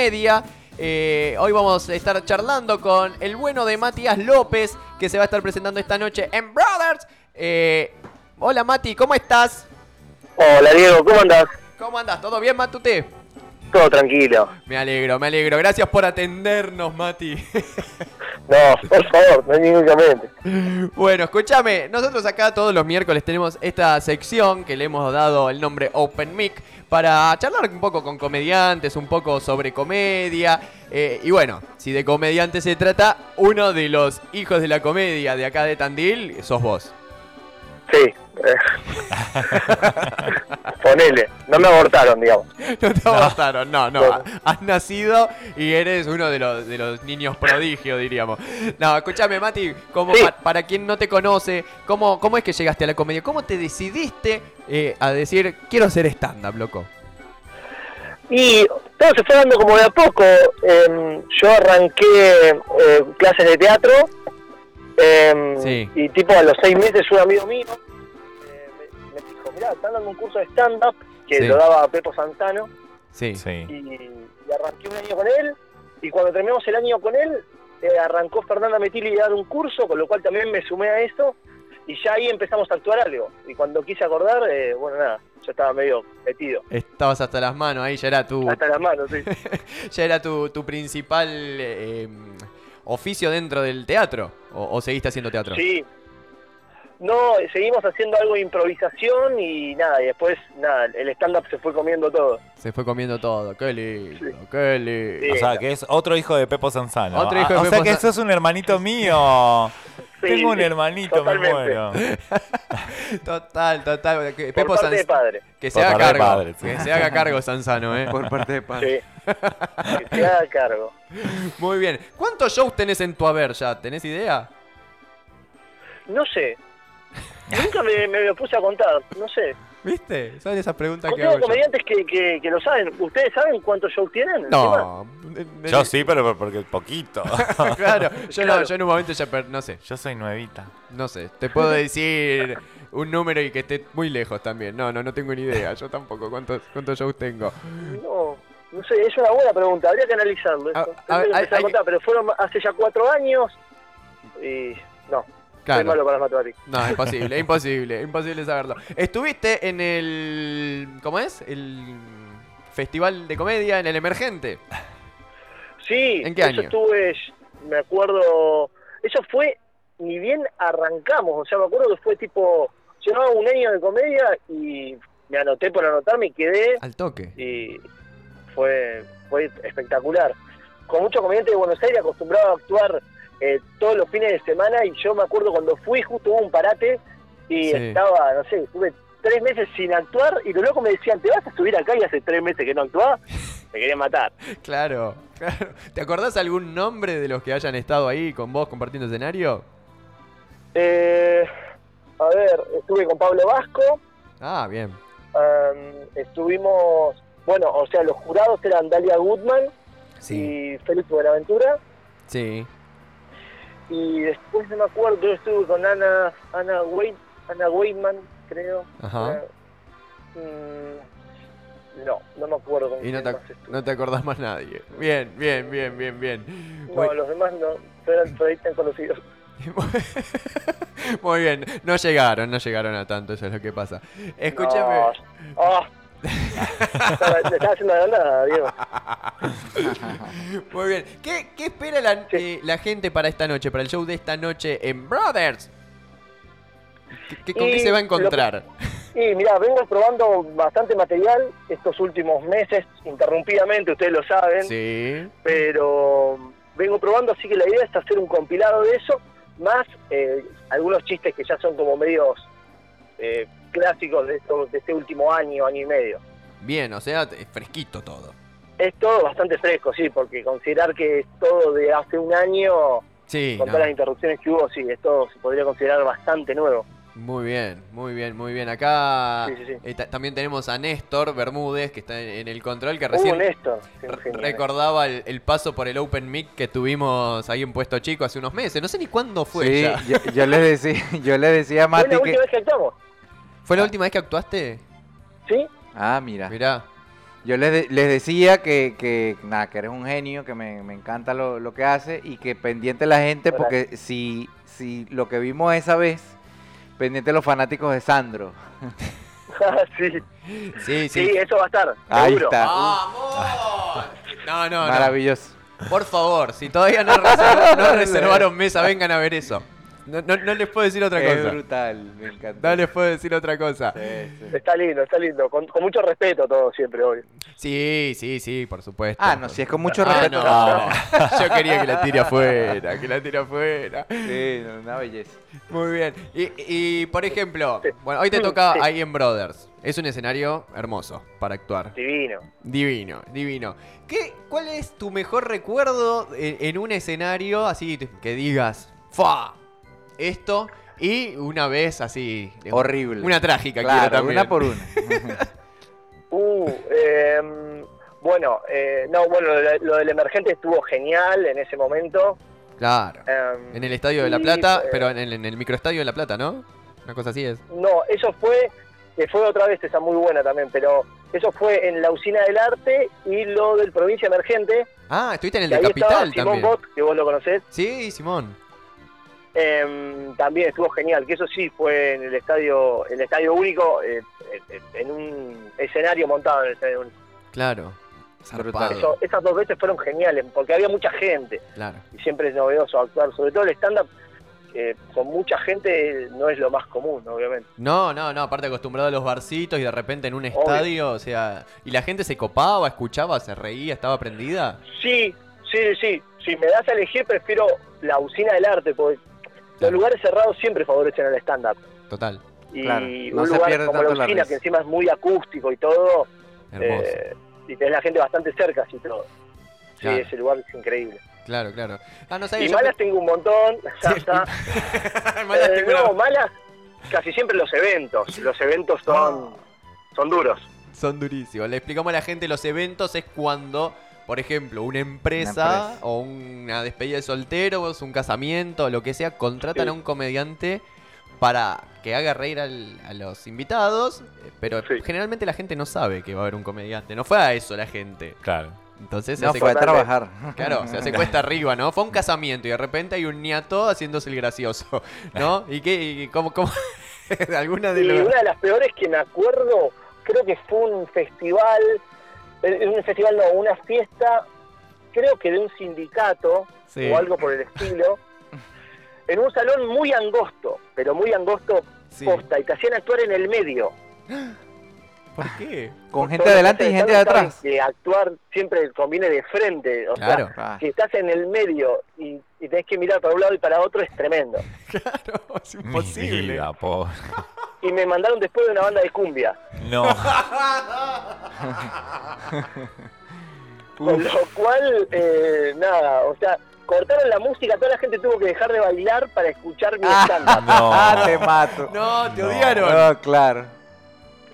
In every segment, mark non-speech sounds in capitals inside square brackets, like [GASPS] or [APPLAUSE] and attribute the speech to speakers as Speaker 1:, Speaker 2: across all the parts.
Speaker 1: comedia. Eh, hoy vamos a estar charlando con el bueno de Matías López, que se va a estar presentando esta noche en Brothers. Eh, hola Mati, ¿cómo estás?
Speaker 2: Hola Diego, ¿cómo andás?
Speaker 1: ¿Cómo andás? ¿Todo bien, Matute?
Speaker 2: Todo tranquilo.
Speaker 1: Me alegro, me alegro. Gracias por atendernos, Mati.
Speaker 2: No, por favor, no hay ningún inconveniente.
Speaker 1: Bueno, escúchame, nosotros acá todos los miércoles tenemos esta sección que le hemos dado el nombre Open Mic para charlar un poco con comediantes, un poco sobre comedia. eh, y bueno, si de comediante se trata, uno de los hijos de la comedia de acá de Tandil sos vos.
Speaker 2: Sí. eh.
Speaker 1: [LAUGHS]
Speaker 2: Ponele, no me abortaron, digamos.
Speaker 1: [LAUGHS] No te abortaron, no, no. Ha- Has nacido y eres uno de los, de los niños prodigio, diríamos. No, escúchame, Mati, como
Speaker 2: Sí.
Speaker 1: pa- para quien no te conoce, ¿cómo, ¿cómo es que llegaste a la comedia? ¿Cómo te decidiste eh, a decir, quiero ser stand-up, loco?
Speaker 2: Y todo se fue dando como de a poco. Em, yo arranqué eh, clases de teatro. em,
Speaker 1: Sí.
Speaker 2: Y tipo a los seis meses un amigo mío eh, me, me dijo, mirá, están dando un curso de stand-up que
Speaker 1: Sí.
Speaker 2: lo daba Pepo Santano.
Speaker 1: Sí.
Speaker 3: Sí.
Speaker 2: y, y arranqué un año con él. Y cuando terminamos el año con él, eh, arrancó Fernanda Metili a dar un curso, con lo cual también me sumé a eso. Y ya ahí empezamos a actuar algo. Y cuando quise acordar, eh, bueno, nada, yo estaba medio metido.
Speaker 1: Estabas hasta las manos ahí, ya era tu,
Speaker 2: Hasta las manos, sí.
Speaker 1: ya era tu, tu principal eh, em, oficio dentro del teatro. O, o seguiste haciendo teatro?
Speaker 2: Sí. No, eh, seguimos haciendo algo de improvisación y nada, y después, nada, el stand-up se fue comiendo todo.
Speaker 1: Se fue comiendo todo. Qué lindo, qué lindo.
Speaker 2: Sí.
Speaker 3: O sea, que es otro hijo de Pepo Sanzano.
Speaker 1: Otro hijo de
Speaker 3: Ah, o
Speaker 1: Pepo
Speaker 3: sea, que
Speaker 1: San-
Speaker 3: sos un hermanito mío.
Speaker 1: [LAUGHS]
Speaker 2: Sí,
Speaker 3: Tengo un
Speaker 2: sí,
Speaker 3: hermanito,
Speaker 2: totalmente.
Speaker 3: me muero.
Speaker 1: Total, total. Que
Speaker 2: Por
Speaker 1: Pepo
Speaker 2: parte
Speaker 1: Sanz-
Speaker 2: de padre.
Speaker 1: Que se
Speaker 3: Por
Speaker 1: haga
Speaker 3: parte de
Speaker 1: cargo.
Speaker 3: padre, sí.
Speaker 1: Que se haga cargo Sanzano, ¿eh?
Speaker 4: Por parte de padre.
Speaker 3: [LAUGHS]
Speaker 2: Sí. que se haga cargo.
Speaker 1: Muy bien. ¿Cuántos shows tenés en tu haber ya? ¿Tenés idea?
Speaker 2: No sé. Nunca me, me lo puse a contar, no sé.
Speaker 1: ¿Viste? Son esas preguntas que
Speaker 2: Conozco
Speaker 1: hago yo.
Speaker 2: comediantes que, que, que lo saben. ¿Ustedes saben cuántos shows tienen? encima?
Speaker 1: No.
Speaker 3: Yo sí, pero porque poquito.
Speaker 1: [LAUGHS] Claro, yo no,
Speaker 2: Claro.
Speaker 1: yo en un momento ya per- no sé,
Speaker 3: [LAUGHS] Yo soy nuevita.
Speaker 1: no sé. Te puedo decir un número y que esté muy lejos también. No, no, no tengo ni idea. Yo tampoco cuántos, cuántos shows tengo.
Speaker 2: No, no sé, es una buena pregunta. Habría que analizarlo.
Speaker 1: A- a ver,
Speaker 2: Eso. Tendría que
Speaker 1: Ah, hay-
Speaker 2: empezar a
Speaker 1: hay-
Speaker 2: contar, pero fueron hace ya cuatro años y no, soy malo
Speaker 1: Claro.
Speaker 2: para las matemáticas.
Speaker 1: No, imposible, imposible, imposible saberlo. Estuviste en el ¿cómo es? El Festival de comedia en el Emergente.
Speaker 2: Sí,
Speaker 1: ¿En qué
Speaker 2: eso
Speaker 1: año?
Speaker 2: estuve, me acuerdo, eso fue, ni bien arrancamos, o sea, me acuerdo que fue tipo, llevaba un año de comedia y me anoté por anotarme y quedé
Speaker 1: Al toque.
Speaker 2: y fue, fue espectacular. Con muchos comediantes de Buenos Aires acostumbrado a actuar eh, todos los fines de semana y yo me acuerdo cuando fui justo hubo un parate y
Speaker 1: Sí.
Speaker 2: estaba, no sé, estuve tres meses sin actuar y los locos me decían, te vas a subir acá y hace tres meses que no actuaba, me querían matar.
Speaker 1: Claro, claro. ¿Te acordás algún nombre de los que hayan estado ahí con vos compartiendo escenario?
Speaker 2: Eh, a ver, estuve con Pablo Vasco,
Speaker 1: Ah, bien.
Speaker 2: am, estuvimos, bueno, o sea, los jurados eran Dalia Goodman y Félix Buenaventura.
Speaker 1: Sí.
Speaker 2: y después no me acuerdo, yo estuve con Ana, Ana, Wait, Ana Weidman, creo.
Speaker 1: Ajá.
Speaker 2: Eh, mm, no, no me acuerdo con
Speaker 1: Y no
Speaker 2: quién
Speaker 1: te,
Speaker 2: más estuve.
Speaker 1: no te acordás más nadie. Bien, bien, bien, bien, bien.
Speaker 2: No,
Speaker 1: [LAUGHS] Bueno,
Speaker 2: los demás no, eran por ahí tan conocidos.
Speaker 1: Muy bien. No llegaron, no llegaron a tanto, eso es lo que pasa. Escúchame.
Speaker 2: No. Ah.
Speaker 1: [LAUGHS]
Speaker 2: Estaba- le estaba haciendo la nada, Diego.
Speaker 1: Muy bien. ¿Qué, qué espera la,
Speaker 2: Sí.
Speaker 1: eh, la gente para esta noche, para el show de esta noche en Brothers? ¿Qué- qué- ¿Con
Speaker 2: Y
Speaker 1: qué se va a
Speaker 2: lo-
Speaker 1: encontrar?
Speaker 2: Y mirá, vengo probando bastante material estos últimos meses, interrumpidamente, ustedes lo saben.
Speaker 1: Sí.
Speaker 2: pero vengo probando, así que la idea es hacer un compilado de eso, más eh, algunos chistes que ya son como medios eh, clásicos de, esto- de este último año, año y medio.
Speaker 1: Bien, o sea, es fresquito todo.
Speaker 2: Es todo bastante fresco, sí, porque considerar que es todo de hace un año,
Speaker 1: Sí,
Speaker 2: con
Speaker 1: no.
Speaker 2: todas las interrupciones que hubo, sí, esto se podría considerar bastante nuevo.
Speaker 1: muy bien, muy bien, muy bien. Acá
Speaker 2: Sí, sí, sí.
Speaker 1: eh, ta- también tenemos a Néstor Bermúdez, que está en, en el control, que
Speaker 2: Uh,
Speaker 1: recién
Speaker 2: Néstor. sí,
Speaker 1: re-
Speaker 2: genial.
Speaker 1: recordaba el, el paso por el Open Mic que tuvimos ahí en Puesto Chico hace unos meses. No sé ni cuándo fue
Speaker 4: Sí,
Speaker 1: ya.
Speaker 4: yo, yo le decía, [LAUGHS] yo le decía a
Speaker 2: Fue
Speaker 4: Mati
Speaker 2: la última
Speaker 4: que.
Speaker 2: vez que actuamos,
Speaker 1: ¿Fue la última vez que actuaste?
Speaker 2: ¿sí? [LAUGHS]
Speaker 4: Ah, mira.
Speaker 1: Mirá.
Speaker 4: Yo les, de- les decía que, que, nada, que eres un genio, que me, me encanta lo, lo que haces y que pendiente la gente, porque si, si lo que vimos esa vez, pendiente los fanáticos de Sandro.
Speaker 2: sí,
Speaker 1: Sí, sí.
Speaker 2: sí, eso va a estar,
Speaker 4: Ahí
Speaker 2: seguro.
Speaker 4: está.
Speaker 1: ¡Vamos! No, no, no.
Speaker 4: Maravilloso.
Speaker 1: Por favor, si todavía no, reserv- no reservaron mesa, vengan a ver eso. No, no- no les puedo decir otra
Speaker 4: Es
Speaker 1: cosa.
Speaker 4: brutal, me encanta.
Speaker 1: No les puedo decir otra cosa.
Speaker 4: Sí, sí.
Speaker 2: [LAUGHS] Está lindo, está lindo. Con, con mucho respeto todo siempre, obvio.
Speaker 1: Sí, sí, sí, por supuesto.
Speaker 4: Ah, no, si es con mucho
Speaker 1: Ah,
Speaker 4: respeto.
Speaker 1: no. [LAUGHS] Yo quería que la tire afuera, que la tire afuera.
Speaker 4: Sí, no, una belleza.
Speaker 1: Muy bien. Y, y, por ejemplo,
Speaker 2: Sí.
Speaker 1: bueno, hoy te
Speaker 2: Mm,
Speaker 1: toca
Speaker 2: sí.
Speaker 1: ahí en Brothers. Es un escenario hermoso para actuar.
Speaker 2: Divino.
Speaker 1: Divino, divino. ¿Qué, ¿Cuál es tu mejor recuerdo en, en un escenario así t- que digas, fa, esto y una vez así eh,
Speaker 4: Horrible.
Speaker 1: Una trágica
Speaker 4: Claro,
Speaker 1: quiero también.
Speaker 4: una por una.
Speaker 2: Uh, em, bueno, eh, no, bueno, lo, de- lo del emergente estuvo genial en ese momento.
Speaker 1: Claro.
Speaker 2: Em,
Speaker 1: En el estadio de La
Speaker 2: y,
Speaker 1: Plata,
Speaker 2: eh,
Speaker 1: pero en, el- en el microestadio de La Plata, ¿no? Una cosa así es.
Speaker 2: No, eso fue, que fue otra vez esa muy buena también, pero eso fue en la usina del arte y lo del provincia emergente.
Speaker 1: Ah, estuviste en el
Speaker 2: que
Speaker 1: de
Speaker 2: ahí
Speaker 1: Capital
Speaker 2: estaba Simón
Speaker 1: también.
Speaker 2: Bot, que vos lo conocés,
Speaker 1: Sí, Simón.
Speaker 2: em, también estuvo genial, que eso sí fue en el estadio, el estadio único, eh, eh, en un escenario montado en el estadio único.
Speaker 1: Claro. [LAUGHS] Zarpado,
Speaker 2: Eso- esas dos veces fueron geniales, porque había mucha gente.
Speaker 1: Claro.
Speaker 2: y siempre es novedoso actuar, sobre todo el stand-up, eh, con mucha gente no es lo más común, obviamente.
Speaker 1: No, no, no, aparte acostumbrado a los barcitos y de repente en un estadio, o sea, y la gente se copaba, escuchaba, se reía, estaba prendida.
Speaker 2: Sí, sí, sí, si me das a elegir prefiero la usina del arte, porque los
Speaker 1: Claro.
Speaker 2: lugares cerrados siempre favorecen el stand-up.
Speaker 1: Total,
Speaker 2: Y
Speaker 4: Claro, no
Speaker 2: un
Speaker 4: se
Speaker 2: lugar
Speaker 4: pierde
Speaker 2: como la
Speaker 4: tanto la
Speaker 2: usina,
Speaker 4: risa.
Speaker 2: que encima es muy acústico y todo,
Speaker 1: hermoso.
Speaker 2: eh, y tenés la gente bastante cerca, así todo. Sí,
Speaker 1: Claro.
Speaker 2: ese lugar es increíble.
Speaker 1: Claro, claro. Ah, no
Speaker 2: y
Speaker 1: sabía. yo
Speaker 2: malas tengo un montón. [LAUGHS] ya está.
Speaker 1: [LAUGHS] pe- Malas
Speaker 2: Eh,
Speaker 1: tengo una-
Speaker 2: no, malas casi siempre los eventos. Los eventos son, son duros.
Speaker 1: Son durísimos. Le explicamos a la gente los eventos es cuando, por ejemplo, una empresa,
Speaker 4: Una empresa.
Speaker 1: o una despedida de solteros, un casamiento, lo que sea, contratan
Speaker 2: Sí.
Speaker 1: a un comediante para que haga reír al- a los invitados, eh, pero
Speaker 2: Sí.
Speaker 1: generalmente la gente no sabe que va a haber un comediante. No fue a eso la gente.
Speaker 3: Claro.
Speaker 1: Entonces se
Speaker 4: No,
Speaker 1: hace
Speaker 4: fue a
Speaker 2: cortar.
Speaker 4: trabajar.
Speaker 1: Claro, se hace cuesta arriba, ¿no? Fue un casamiento y de repente hay un niato haciéndose el gracioso, [LAUGHS] ¿no? ¿Y qué? y cómo, cómo? [LAUGHS] ¿Alguna de
Speaker 2: Y
Speaker 1: los...?
Speaker 2: una de las peores que me acuerdo, creo que fue un festival, eh, un festival no, una fiesta, creo que de un sindicato
Speaker 1: Sí.
Speaker 2: o algo por el estilo, en un salón muy angosto, pero muy angosto
Speaker 1: Sí.
Speaker 2: posta, y te hacían actuar en el medio.
Speaker 1: ¿Por qué? [LAUGHS]
Speaker 4: Con gente
Speaker 2: Todas las
Speaker 4: adelante y
Speaker 2: cosas
Speaker 4: gente de
Speaker 2: stand-up
Speaker 4: atrás.
Speaker 2: saben que actuar siempre conviene de frente, o
Speaker 1: Claro.
Speaker 4: Ah,
Speaker 2: sea, si estás en el medio y, y tenés que mirar para un lado y para otro es tremendo.
Speaker 1: Claro, es
Speaker 3: Mi
Speaker 1: imposible.
Speaker 3: vida, pobre.
Speaker 2: Y me mandaron después de una banda de cumbia.
Speaker 3: [LAUGHS] No.
Speaker 2: Con lo cual, eh, nada, o sea, cortaron la música, toda la gente tuvo que dejar de bailar para escuchar mi estándar.
Speaker 4: Ah, te
Speaker 3: No.
Speaker 4: mato.
Speaker 1: No, te
Speaker 3: No.
Speaker 1: odiaron.
Speaker 4: No, claro.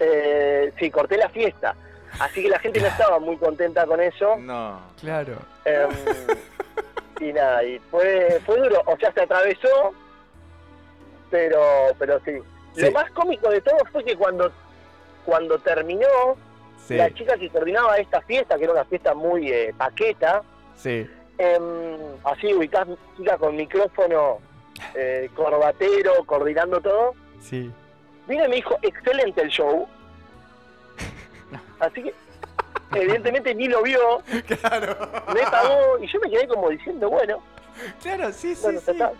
Speaker 2: Eh, sí, corté la fiesta. Así que la gente no estaba muy contenta con eso.
Speaker 4: No.
Speaker 1: Claro. [LAUGHS]
Speaker 2: Em, y nada, y fue, fue duro. O sea, se atravesó, pero, pero sí.
Speaker 1: Sí.
Speaker 2: Lo más cómico de todo fue que cuando, cuando terminó,
Speaker 1: Sí,
Speaker 2: la chica que coordinaba esta fiesta, que era una fiesta muy eh, paqueta,
Speaker 1: sí.
Speaker 2: em, así ubicás chica con micrófono, eh, corbatero, coordinando todo.
Speaker 1: Sí.
Speaker 2: Vino y me dijo, excelente el show. Así que, evidentemente ni lo vio,
Speaker 1: Claro.
Speaker 2: me pagó y yo me quedé como diciendo, bueno,
Speaker 1: Claro, sí, sí,
Speaker 2: bueno, ya
Speaker 1: sí.
Speaker 2: está.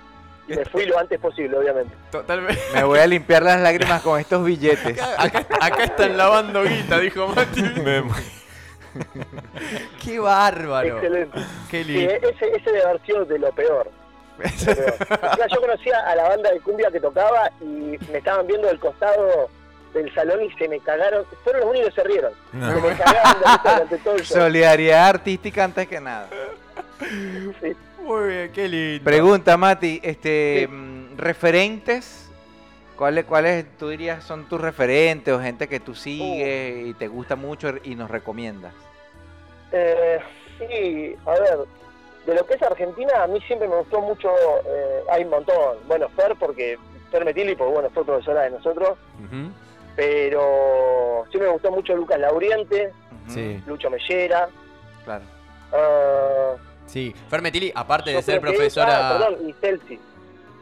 Speaker 2: Y me fui lo antes posible, obviamente.
Speaker 1: Totalmente.
Speaker 4: Me voy a limpiar las lágrimas con estos billetes.
Speaker 1: Acá, acá están lavando guita, dijo [LAUGHS] Mati.
Speaker 3: Me mu-
Speaker 1: Qué bárbaro.
Speaker 2: Excelente.
Speaker 1: Qué
Speaker 2: Sí,
Speaker 1: lindo.
Speaker 2: ese, ese debe haber sido de lo peor. de lo peor. O sea, yo conocía a la banda de cumbia que tocaba y me estaban viendo del costado del salón y se me cagaron. Fueron los únicos que se rieron. Se me cagaron de risa durante todo el show.
Speaker 4: Solidaridad artística antes que nada.
Speaker 1: [LAUGHS] Muy bien, qué lindo.
Speaker 4: Pregunta, Mati, este
Speaker 2: Sí.
Speaker 4: mm, referentes, ¿cuáles cuáles tú dirías son tus referentes o gente que tú
Speaker 1: Oh.
Speaker 4: sigues y te gusta mucho y nos recomiendas?
Speaker 2: Eh, sí, a ver, de lo que es Argentina, a mí siempre me gustó mucho, eh, hay un montón. Bueno, Fer, porque Fer Metilli, porque bueno, fue profesora de nosotros,
Speaker 1: Ujú.
Speaker 2: pero siempre me gustó mucho Lucas Lauriente,
Speaker 4: Ujú.
Speaker 1: Sí,
Speaker 2: Lucho Mellera.
Speaker 4: Claro.
Speaker 2: ah,
Speaker 1: sí. Fermetili, aparte de
Speaker 2: yo
Speaker 1: ser
Speaker 2: creo que- ah,
Speaker 1: profesora
Speaker 2: perdón, y Celsi.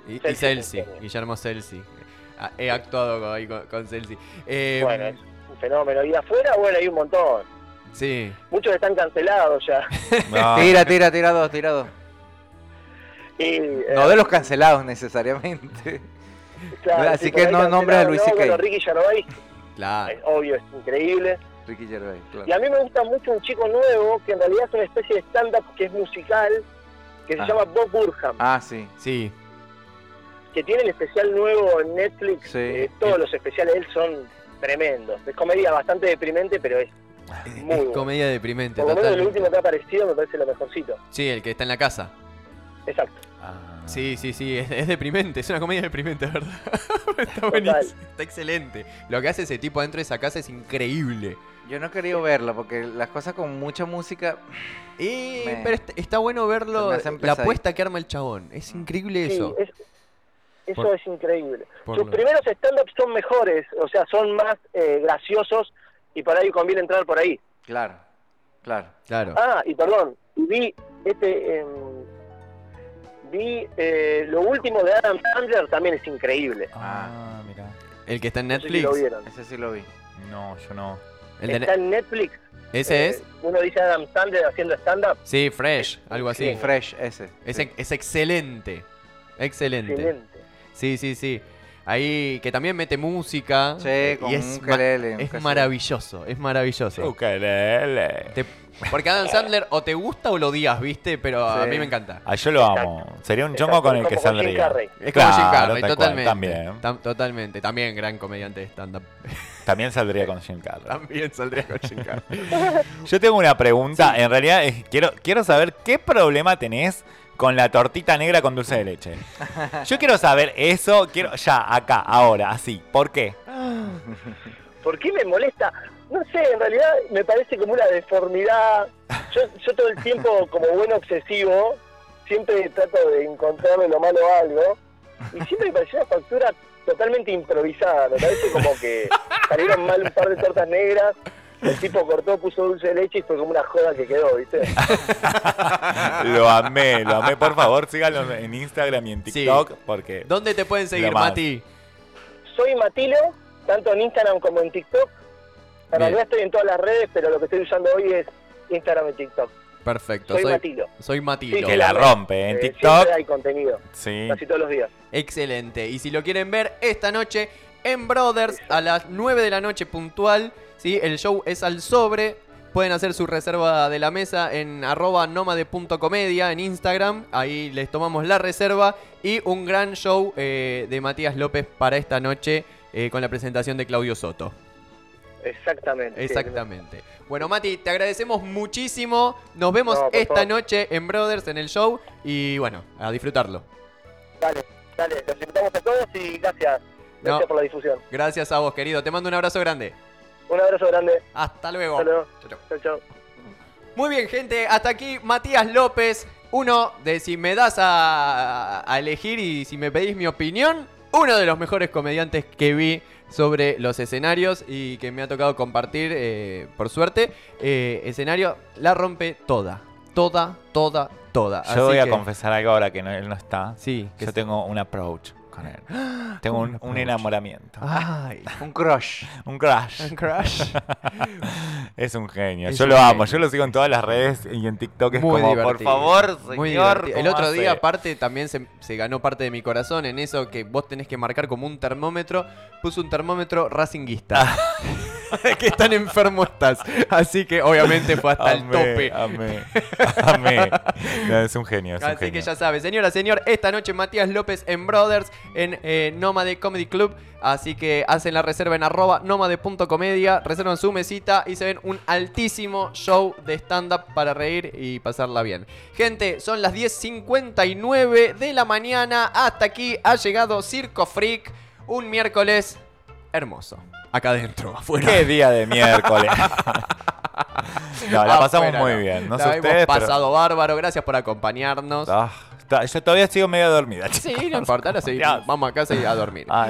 Speaker 1: y, y
Speaker 2: Celsi,
Speaker 1: Celsi,
Speaker 2: Celsi.
Speaker 1: Guillermo Celsi. Ah, He actuado con- ahí con, con Celsi. Eh,
Speaker 2: Bueno, es un fenómeno. Y afuera, bueno, hay un montón.
Speaker 1: Sí.
Speaker 2: Muchos están cancelados
Speaker 4: [LAUGHS]
Speaker 2: ya.
Speaker 3: [LAUGHS] No,
Speaker 4: Tira, tira, tira dos, tira dos.
Speaker 2: Y, eh,
Speaker 4: No de los cancelados necesariamente. [LAUGHS]
Speaker 2: claro,
Speaker 4: así
Speaker 2: sí,
Speaker 4: que
Speaker 2: por ahí
Speaker 4: no nombres a
Speaker 2: cancelados,
Speaker 4: Luis Ah.
Speaker 2: ¿no?
Speaker 4: CK.
Speaker 2: Bueno, Ricky Gervais,
Speaker 1: Claro.
Speaker 2: es obvio, es increíble.
Speaker 4: Ricky Gervais, claro.
Speaker 2: Y a mí me gusta mucho un chico nuevo que en realidad es una especie de stand-up que es musical, que
Speaker 4: Ah.
Speaker 2: se llama Bob Burham,
Speaker 4: Ah, sí.
Speaker 1: Sí.
Speaker 2: que tiene el especial nuevo en Netflix.
Speaker 4: Sí.
Speaker 2: Eh, todos los especiales de él son tremendos. Es comedia bastante deprimente, pero es muy
Speaker 1: es
Speaker 2: bueno.
Speaker 1: comedia deprimente.
Speaker 2: Por lo menos el
Speaker 1: totalmente.
Speaker 2: último que ha aparecido me parece lo mejorcito.
Speaker 1: Sí, el que está en la casa.
Speaker 2: Exacto.
Speaker 3: Ah.
Speaker 1: Sí, sí, sí, es, es deprimente, es una comedia deprimente, ¿verdad? [LAUGHS] está
Speaker 2: Total.
Speaker 1: buenísimo, está excelente. Lo que hace ese tipo dentro de esa casa es increíble.
Speaker 4: Yo no he querido verla porque las cosas con mucha música.
Speaker 1: Y,
Speaker 4: Me-
Speaker 1: pero est- está bueno verlo,
Speaker 4: se me hacen
Speaker 1: la
Speaker 4: pesadillas.
Speaker 1: apuesta que arma el chabón. Es increíble
Speaker 2: Sí,
Speaker 1: eso.
Speaker 2: es- eso
Speaker 1: Por-
Speaker 2: es increíble.
Speaker 1: por
Speaker 2: Sus
Speaker 1: lo-
Speaker 2: primeros stand-ups son mejores, o sea, son más eh, graciosos y para ahí conviene entrar por ahí.
Speaker 4: Claro, claro.
Speaker 1: Claro.
Speaker 2: Ah, y perdón, y vi este. em, vi eh, lo último de Adam Sandler también es increíble.
Speaker 3: Ah, mira.
Speaker 1: El que está en
Speaker 2: No sé si
Speaker 1: Netflix.
Speaker 2: lo vieron.
Speaker 4: Ese sí lo vi.
Speaker 3: No, yo no.
Speaker 1: el de Ne-
Speaker 2: Está en Netflix.
Speaker 1: ese
Speaker 2: eh,
Speaker 1: es.
Speaker 2: Uno dice Adam Sandler haciendo stand-up.
Speaker 1: Ah, Sí, Fresh, algo así.
Speaker 4: Sí, Fresh, ese.
Speaker 1: Es,
Speaker 4: sí.
Speaker 1: es excelente. Excelente.
Speaker 2: Excelente.
Speaker 1: Sí, sí, sí. Ahí que también mete música.
Speaker 4: Sí,
Speaker 1: eh,
Speaker 4: con
Speaker 1: y
Speaker 4: un
Speaker 1: es, ma-
Speaker 4: ukelele, un
Speaker 1: es
Speaker 4: casero.
Speaker 1: maravilloso, es maravilloso.
Speaker 3: Ukelele.
Speaker 1: Te- porque Adam Sandler o te gusta o lo odias, ¿viste? Pero a
Speaker 4: Sí.
Speaker 1: mí me encanta.
Speaker 3: Ah, yo lo amo. Sería un chongo con el que
Speaker 2: Como con Jim
Speaker 3: saldría.
Speaker 2: Carrey.
Speaker 1: Es
Speaker 3: Claro,
Speaker 1: como Jim Carrey,
Speaker 3: tal cual,
Speaker 1: totalmente.
Speaker 3: también.
Speaker 1: Tam- totalmente. También gran comediante de stand-up.
Speaker 3: También saldría con Jim Carrey.
Speaker 1: [LAUGHS] También saldría con Jim Carrey.
Speaker 3: Yo tengo una pregunta. En realidad, eh, quiero, quiero saber qué problema tenés con la tortita negra con dulce de leche. Yo quiero saber eso. Quiero ya, acá, ahora, así. ¿Por [LAUGHS] qué?
Speaker 2: ¿Por qué me molesta? No sé, en realidad me parece como una deformidad. Yo, yo todo el tiempo, como buen obsesivo, siempre trato de encontrarle lo malo a algo. Y siempre me pareció una factura totalmente improvisada. Me parece como que salieron mal un par de tortas negras. El tipo cortó, puso dulce de leche y fue como una joda que quedó, ¿viste?
Speaker 3: Lo amé, lo amé. Por favor, síganlo en Instagram y en TikTok. Porque
Speaker 1: ¿Dónde te pueden seguir,
Speaker 3: Lo más.
Speaker 1: Mati?
Speaker 2: Soy Matilo, tanto en Instagram como en TikTok. En
Speaker 1: Bien.
Speaker 2: realidad estoy en todas las redes, pero lo que estoy usando hoy es Instagram y TikTok.
Speaker 1: Perfecto.
Speaker 2: Soy,
Speaker 1: Soy,
Speaker 2: Matilo.
Speaker 1: soy Matilo.
Speaker 3: que la rompe en
Speaker 2: Eh,
Speaker 3: TikTok.
Speaker 2: Siempre hay contenido,
Speaker 3: Sí.
Speaker 2: casi todos los días.
Speaker 1: Excelente. Y si lo quieren ver esta noche en Brothers a las 9 de la noche puntual, ¿sí? el show es al sobre. Pueden hacer su reserva de la mesa en arroba nomade.comedia en Instagram. Ahí les tomamos la reserva. Y un gran show eh, de Matías López para esta noche eh, con la presentación de Claudio Soto.
Speaker 2: Exactamente. sí.
Speaker 1: Exactamente. Bueno, Mati, te agradecemos muchísimo. Nos vemos
Speaker 2: No, por
Speaker 1: esta
Speaker 2: favor.
Speaker 1: noche en Brothers, en el show. Y bueno, a disfrutarlo.
Speaker 2: Dale, dale, los invitamos a todos y gracias. Gracias
Speaker 1: No.
Speaker 2: por la difusión.
Speaker 1: Gracias a vos, querido. Te mando un abrazo grande.
Speaker 2: Un abrazo grande.
Speaker 1: Hasta luego.
Speaker 2: Hasta luego.
Speaker 1: Chau, chau.
Speaker 2: Chao, chao.
Speaker 1: Muy bien, gente. Hasta aquí Matías López. Uno de si me das a, a elegir y si me pedís mi opinión, uno de los mejores comediantes que vi sobre los escenarios y que me ha tocado compartir, eh, por suerte. Eh, escenario la rompe toda. Toda, toda, toda. Así
Speaker 3: Yo voy a
Speaker 1: que-
Speaker 3: confesar algo ahora que no- él no está.
Speaker 1: Sí, que
Speaker 3: Yo
Speaker 1: sí.
Speaker 3: tengo un approach con [GASPS] él. Tengo un, Ah. un enamoramiento.
Speaker 1: Ay, [LAUGHS]
Speaker 3: [LAUGHS]
Speaker 4: Un crush.
Speaker 3: Un crush.
Speaker 1: un crush.
Speaker 3: [LAUGHS] Es un genio.
Speaker 1: Es
Speaker 3: yo
Speaker 1: un
Speaker 3: lo amo.
Speaker 1: genio.
Speaker 3: Yo lo sigo en todas las redes y en TikTok. Es
Speaker 1: Muy
Speaker 3: como, por
Speaker 1: divertido,
Speaker 3: favor, señor.
Speaker 1: muy divertido. El
Speaker 3: ¿cómo
Speaker 1: otro día,
Speaker 3: hace?
Speaker 1: aparte, también se, se ganó parte de mi corazón en eso que vos tenés que marcar como un termómetro. Puso un termómetro
Speaker 3: Ah.
Speaker 1: racinguista. [LAUGHS] que tan enfermo estás. Así que obviamente fue hasta el
Speaker 3: Amé,
Speaker 1: tope.
Speaker 3: Amé. Amé. No, es un genio. Es un
Speaker 1: Así
Speaker 3: genio.
Speaker 1: que ya sabes, señora, señor, esta noche Matías López en Brothers, en eh, Nómade Comedy Club. Así que hacen la reserva en arroba nómade.comedia, reservan su mesita y se ven un altísimo show de stand-up para reír y pasarla bien. Gente, son las 10.59 de la mañana. Hasta aquí ha llegado Circo Freak, un miércoles hermoso. Acá adentro, afuera.
Speaker 3: Qué día de miércoles. no, la pasamos
Speaker 1: Afuera,
Speaker 3: muy bien. No
Speaker 1: Ah, la
Speaker 3: sé
Speaker 1: hemos
Speaker 3: ustedes, pero-
Speaker 1: pasado bárbaro. Gracias por acompañarnos.
Speaker 3: Ah, está- yo todavía sigo medio dormida.
Speaker 1: Sí,
Speaker 3: chicos.
Speaker 1: no importa, ahora sí,
Speaker 3: Dios.
Speaker 1: vamos a casa y a dormir.
Speaker 3: Ay.